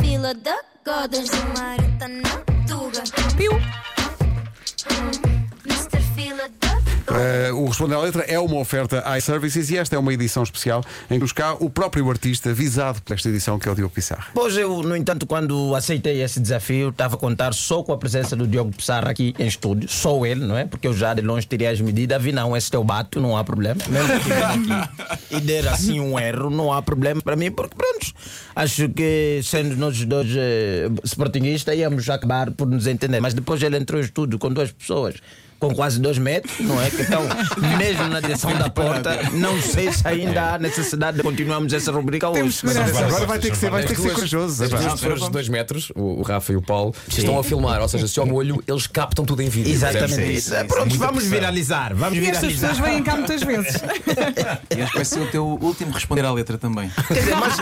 fila da Godas de Marita na Tuga. Piu! Mr. Fila da Eh, o Responde à Letra é uma oferta iServices e esta é uma edição especial em que nos cá o próprio artista visado por esta edição que é o Diogo Pissarra. Pois eu, no entanto, quando aceitei esse desafio, estava a contar só com a presença do Diogo Pissarra aqui em estúdio, só ele, não é? Porque eu já de longe tirei as medidas, vi, não, esse teu bato, não há problema. Mesmo que tiver aqui e der assim um erro, não há problema para mim, porque pronto, acho que sendo nós dois eh, sportinguistas, íamos acabar por nos entender. Mas depois ele entrou em estúdio com duas pessoas. Com quase dois metros, não é? Que estão mesmo na direção da porta. Não sei se ainda há necessidade de continuarmos essa rubrica hoje. Agora vai ter que ser, vai ter que ser corajoso. As duas epá. pessoas de 2 metros, o o Rafa e o Paulo, estão a filmar, ou seja, se olham o olho, eles captam tudo em vídeo. Exatamente percebes? isso. Pronto, vamos viralizar. Vamos E estas viralizar. pessoas vêm cá muitas vezes. E acho que vai ser o teu último responder à letra também. Quer dizer, É, mas-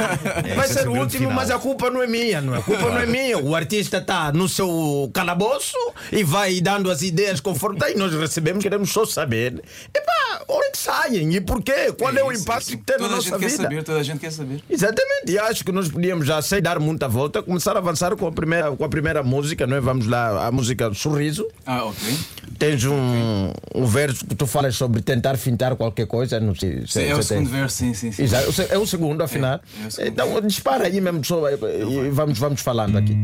vai ser o último, mas a culpa não é minha, não é? A culpa não é minha. O artista está no seu calabouço e vai dando as ideias conforme tá, e nós recebemos, queremos só saber. Epá, onde saem e porquê? Qual é, o isso, impacto isso. que tem toda na a nossa gente quer vida? saber, toda a gente quer saber. Exatamente, e acho que nós podíamos já, sem dar muita volta, começar a avançar com a primeira, com a primeira música, não é? Vamos lá, a música Sorriso. Ah, ok. Tens um, um verso que tu falas sobre tentar fintar qualquer coisa, não sei se Sim, é o se tem. segundo verso, sim, sim, sim. Exato, o se- é o segundo, afinal. É, é o segundo. Então dispara aí mesmo só, e e vamos, vamos falando aqui.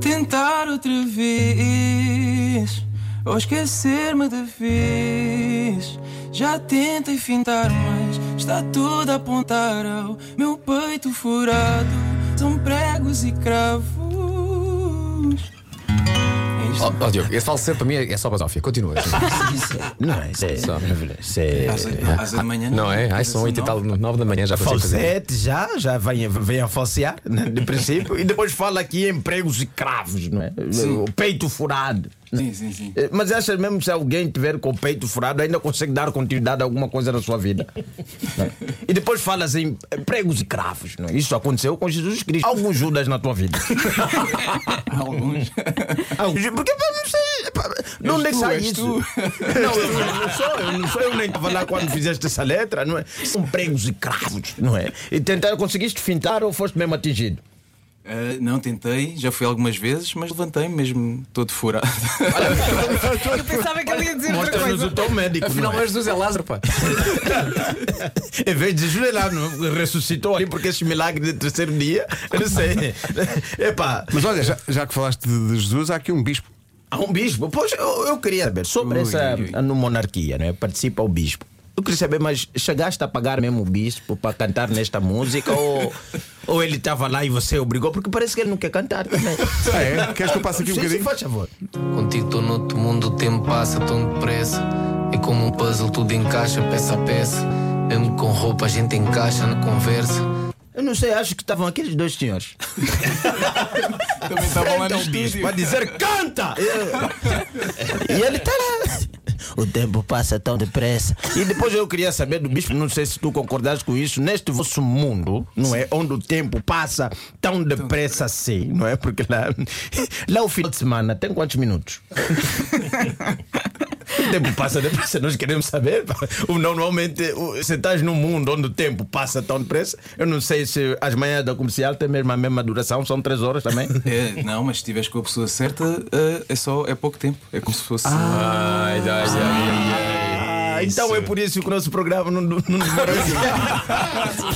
Tentar outra vez, ou esquecer-me de vez. Já tentei fintar, mas está tudo a apontar ao meu peito furado. São pregos e cravos. É isto. Ó ó, Diogo, esse falsete para mim é é só basófia. Continua. Não, isso é. Isso é- Às oito- às oito da manhã, Oh, Não é? Ai, são 8 e tal, 9 da manhã já fazia fazer. Falsete já, já vem, a- vem a falsear, né, de princípio, e depois fala aqui em empregos e cravos, não é? O peito furado. Sim, sim, sim. Eh, Mas acha mesmo se alguém tiver com o peito furado, ainda consegue dar continuidade a alguma coisa na sua vida? Não é? e depois falas em empregos e cravos, não é? Isso aconteceu com Jesus Cristo. Alguns Judas na tua vida. Alguns. Alguns- Porque pá, não sei. pá, De onde é que tu, sai és isso? tu. Não, eu não sou, eu não sou, eu nem estava lá quando fizeste essa letra, não é? São pregos e cravos, não é? E tentar, conseguiste fintar ou foste mesmo atingido? Ah, não, tentei, já fui algumas vezes, mas levantei-me mesmo todo furado. Eu pensava que ele ia dizer outra Mostra-nos o coisa. teu médico, Afinal, não é? mas Jesus é Lázaro, pá. Em vez de Jesus, lá, É não, é? ressuscitou ali porque esse milagre de terceiro dia, eu não sei. Epá, Mas olha, já, já que falaste de, de Jesus, há aqui um bispo. Há um bispo? Pois eu, eu queria saber sobre Ui, essa ui, ui. a- no monarquia, né? Participa o bispo. Eu queria saber, mas chegaste a pagar mesmo o bispo para cantar nesta música ou, ou ele estava lá e você obrigou? Porque parece que ele não quer cantar também. Ah, é? Queres que eu passe aqui um Sim, sim, bocadinho? faz favor. Contigo tô noutro mundo, o tempo passa tão depressa. É como um puzzle, tudo encaixa peça a peça. Mesmo com roupa, a gente encaixa na conversa. Eu não sei, acho que estavam aqueles dois senhores. Também estava lá no Então, bispo, estúdio. para dizer canta! Eu- e ele está lá. O tempo passa tão depressa. E depois eu queria saber do bispo, não sei se tu concordas com isso, neste vosso mundo, não é? Onde o tempo passa tão depressa assim, não é? Porque lá, lá o final de semana tem quantos minutos? O tempo passa depressa, nós queremos saber. O- Normalmente, o- se estás num mundo onde o tempo passa tão depressa, eu não sei se as manhãs da comercial têm mesmo a mesma duração, são três horas também. É, não, mas se estiveres com a pessoa certa, ah, é só é pouco tempo. É como se fosse. Ai, ai, ai. Ah, então é por isso que o nosso programa não, não demora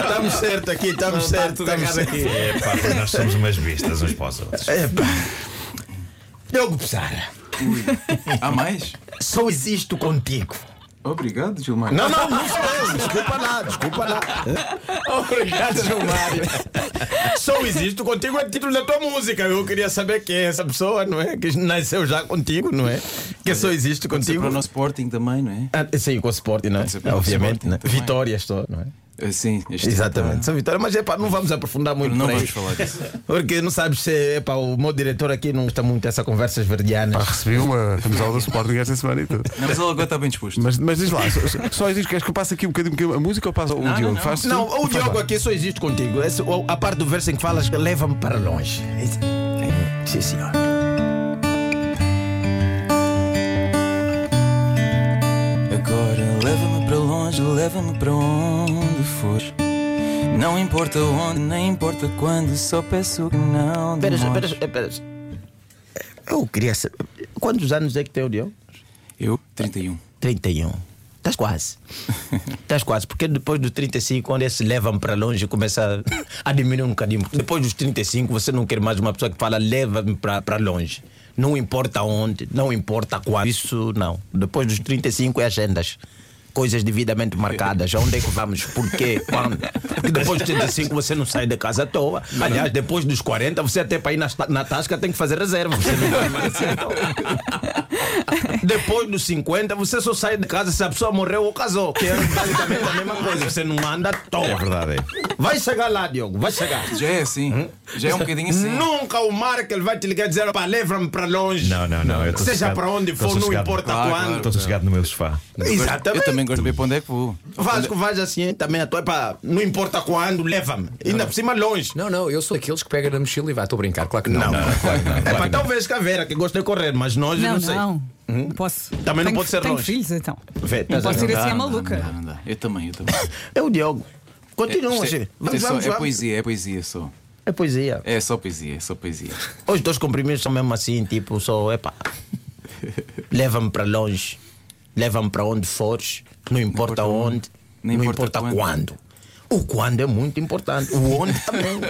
Estamos certo aqui, estamos certo, estamos certo. É pá, pois nós somos umas vistas uns para os outros. Epá. Diogo Pissarra, Há Ah, mais? só existo contigo. Obrigado, Gilmar. Não, não, não sou eu, desculpa lá, desculpa lá. Obrigado, João Mário. Só existo contigo é título da tua música. Eu queria saber quem é essa pessoa, não é? Que nasceu já contigo, não é? Que só existe Pode ser contigo. é para o nosso Sporting também, não é? Ah, sim, com o Sporting, não é? Pode ser para o Obviamente, Sporting né? também. Vitórias, só, não é? Ah, Sim, este Exatamente, são vitórias, mas é pá, não vamos aprofundar muito Não por aí. vamos falar disso. Porque não sabes se é pá, o meu diretor aqui não está muito essa conversas verdianas. Pá, Ah, recebi uma camisola do Sporting esta semana e tudo. Não, mas ele agora está bem disposto. Mas, mas diz lá, só, só diz que queres que eu passe aqui um bocadinho que a música ou passa o Diogo? não. Faz tu? Não, o Faz lá. Diogo aqui só existe contigo. Esse- o- a parte do verso em que falas leva-me para longe. Sim, senhor. Agora leva-me para longe, leva-me para onde for. Não importa onde, nem importa quando, só peço que não. Pera, demores. pera, pera. Eu queria saber. Quantos anos é que tem o Diogo? Eu, 31. 31. Estás quase. Estás quase. Porque depois dos 35, quando eles levam para longe, começa a diminuir um bocadinho. Porque Depois dos 35, você não quer mais uma pessoa que fala leva-me para para longe. Não importa onde, não importa quando. Isso não. Depois dos 35 é agendas. Coisas devidamente marcadas. Onde é que vamos? Porquê? Quando? Porque depois dos 35 você não sai da casa à toa. Aliás, depois dos 40, você até para ir na, esta- na tasca tem que fazer reserva. Você não vai mais à toa. Depois dos 50, você só sai de casa se a pessoa morreu ou casou, que é basicamente a mesma coisa. Você não anda à toa. É verdade. é. Vai chegar lá, Diogo, vai chegar. Já é assim. Já é um bocadinho assim. Nunca o Marco ele vai te ligar e dizer: pá, leva-me para longe. Não, não, não. eu tô Seja sossegado. para onde Tô for, não sossegado. importa Claro, quanto. Estou sossegado no meu sofá. Exatamente. Eu também gosto de ver para onde é que vou. Vasco, vais assim também, a tua, pá, não importa quando, leva-me. Ainda por cima, longe. Não, não, eu sou daqueles que pega na mochila e vai, estou a brincar, claro que não. Não, claro que não, Então É claro para que não. talvez Caveira, que gosta de correr, mas nós eu Não, não sei. Uhum. não. Não posso. Também não Tenho- pode ser Tenho longe. filhos, então. Vê, tá Não estás a posso ver? ir assim à Não dá, maluca. não dá. Eu também, eu também. É o Diogo. Continua, Isto é- Chico. isto é só- É poesia, é poesia só. É poesia. É só poesia, é só poesia. Os dois comprimidos são mesmo assim, tipo, só, epá. Leva-me para longe, leva-me para onde fores, não importa, importa onde, onde, nem não importa, importa quando. quando. O quando é muito importante, o onde também.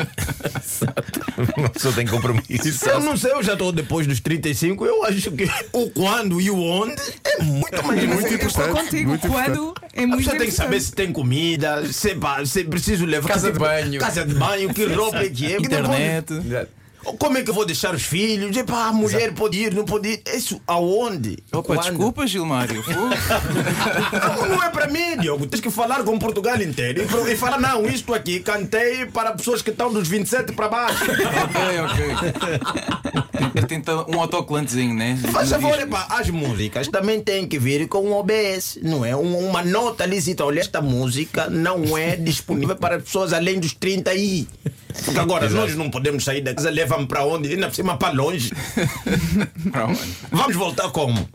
Uma pessoa tem compromisso. eu não sei, eu já estou depois dos 35, eu acho que o quando e o onde é muito mais Mas Muito importante. eu estou importante, contigo. muito quando é A muito pessoa tem que saber importante. se tem comida, se, pá, se é preciso levar tipo, Casa de banho. casa de banho, que roupa é que é, porque não pode- Internet. Como é que eu vou deixar os filhos? Epá, a mulher pode ir, não pode ir. Isso aonde? Opa, Quando? desculpa, Gilmário. Pô, Não, não é para mim, Diogo. Tens que falar com Portugal inteiro. E pro- E falar, não, isto aqui cantei para pessoas que estão dos 27 para baixo. ok, ok. Ele tenta um autocolantezinho, né? Faz No favor, disco. pá, as músicas também têm que vir com um OBS, não é? Um- Uma nota lícita. Olha, esta música não é disponível para pessoas além dos 30 aí. Porque agora nós não podemos sair da casa, leva-me para onde? Ainda por cima para longe. Pronto. Vamos voltar como?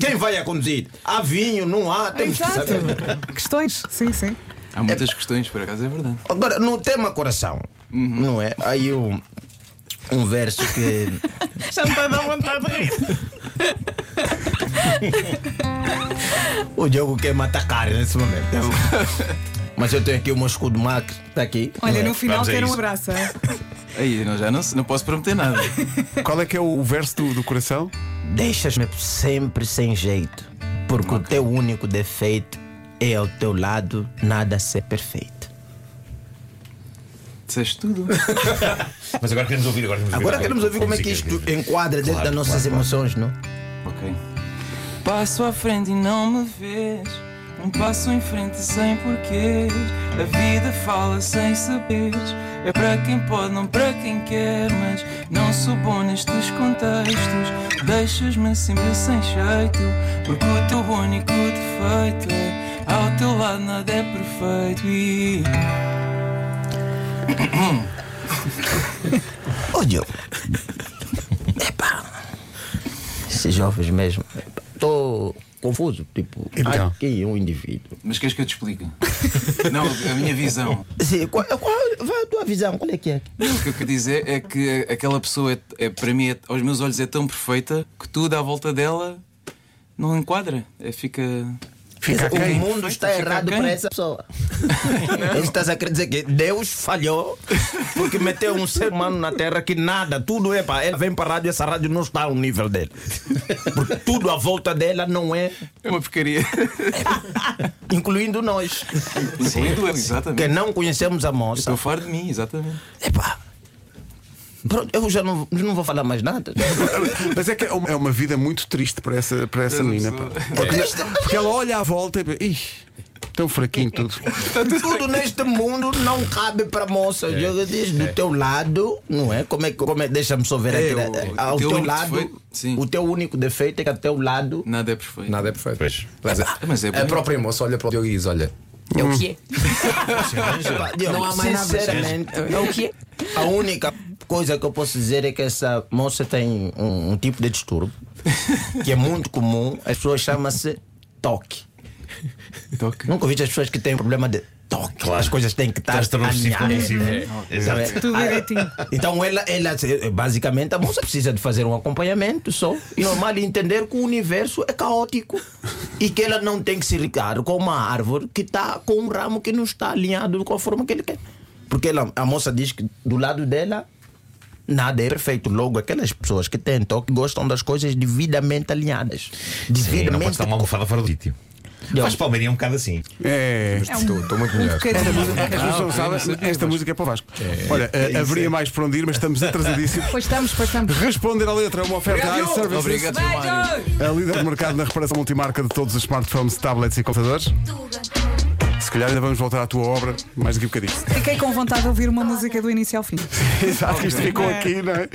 Quem vai a conduzir? Há vinho, não há, temos que saber. Exato. Questões. Sim, sim. Há muitas questões, por acaso, é verdade. Agora, no tema coração, não é? Aí um, um verso que. Já me está a dar vontade de rir. o Diogo quer me atacar nesse momento. Mas eu tenho aqui o meu escudo Mac, está aqui. Olha, não no é? final Vamos a quero um isso. abraço. é? Aí, não, já não, não posso prometer nada. Qual é que é o verso do, do coração? Deixas-me sempre sem jeito, porque o teu único defeito é ao teu lado nada ser perfeito. Disseste tudo. Mas agora queremos ouvir. Agora queremos ouvir, Agora queremos ouvir como é que isto enquadra dentro Claro, das nossas emoções, não? Ok. Passo à frente e não me vês. Um passo em frente sem porquês. A vida fala sem saberes. É para quem pode, não para quem quer. Mas não sou bom nestes contextos. Deixas-me sempre sem jeito. Porque o teu único defeito é. Ao teu lado nada é perfeito. E. Ô Diogo. Epá. Esses jovens mesmo. Estou confuso. Tipo, Então. aqui um indivíduo. Mas queres que eu te explique? não, a minha visão. Sim, qual, é, qual, vai a tua visão? Qual é que é? O que eu quero dizer é que aquela pessoa, é, é- para mim, é- aos meus olhos, é tão perfeita que tudo à volta dela não enquadra. É, fica. Fica o quem? mundo está Fica errado quem? para essa pessoa. Estás a querer dizer que Deus falhou porque meteu um ser humano na Terra que nada, tudo é para. Ela vem para a rádio e essa rádio não está ao nível dele. Porque tudo à volta dela não é, É uma porcaria. incluindo nós, Incluindo eu, que exatamente. não conhecemos a moça. Estou a falar de mim, exatamente. Epá. Pronto, eu já não, eu não vou falar mais nada. Mas é que é uma, é uma vida muito triste para essa, para essa Essa menina. pessoa. pá. É Porque, porque ela olha à volta e. pensa, Ih, tão fraquinho tudo. Tudo neste mundo não cabe para moça. É. Eu diz do teu lado, não é? Como é que. Como é, Deixa-me só ver É, aqui. né? o- o Ao teu teu, único lado, defeito, sim. o teu único defeito é que ao teu lado. Nada é perfeito. Nada é perfeito. Pois. Mas é- Mas é a bonito. própria moça olha para o Diogo e diz: olha, é o que é. Pá, Diogo, Não há mais nada. sinceramente, É o que é. a única coisa que eu posso dizer é que essa moça tem um, um tipo de distúrbio que é muito comum. As pessoas chamam-se toque. Toque. Nunca ouvi as pessoas que têm problema de toque. Claro. As coisas têm que estar Estás estabelecido como alinhadas. né? possível. Sabe? Ah, Exato. Tudo direitinho. Então ela, ela basicamente a moça precisa de fazer um acompanhamento só e normal entender que o universo é caótico e que ela não tem que se ligar com uma árvore que está com um ramo que não está alinhado com a forma que ele quer. Porque ela- a moça diz que do lado dela nada é perfeito. Logo, aquelas pessoas que têm toque gostam das coisas devidamente alinhadas. Sim, não pode estar uma Devidamente. almofada fora do sítio. Faz palmeirinha um bocado assim. É. Estou muito um melhor. Esta bocadinho. música, as pessoas é não sabem, esta música é para o Vasco. Olha, eh, haveria mais para onde ir, mas estamos atrasadíssimos. Pois estamos, pois estamos. Responder à letra é uma oferta à iServices, Obrigado, Beijos! a líder de mercado na reparação multimarca de todos os smartphones, tablets e computadores. Se calhar ainda vamos voltar à tua obra mais daqui a bocadinho. Fiquei com vontade de ouvir uma música do início ao fim. Exato, que isto ficou aqui, não é?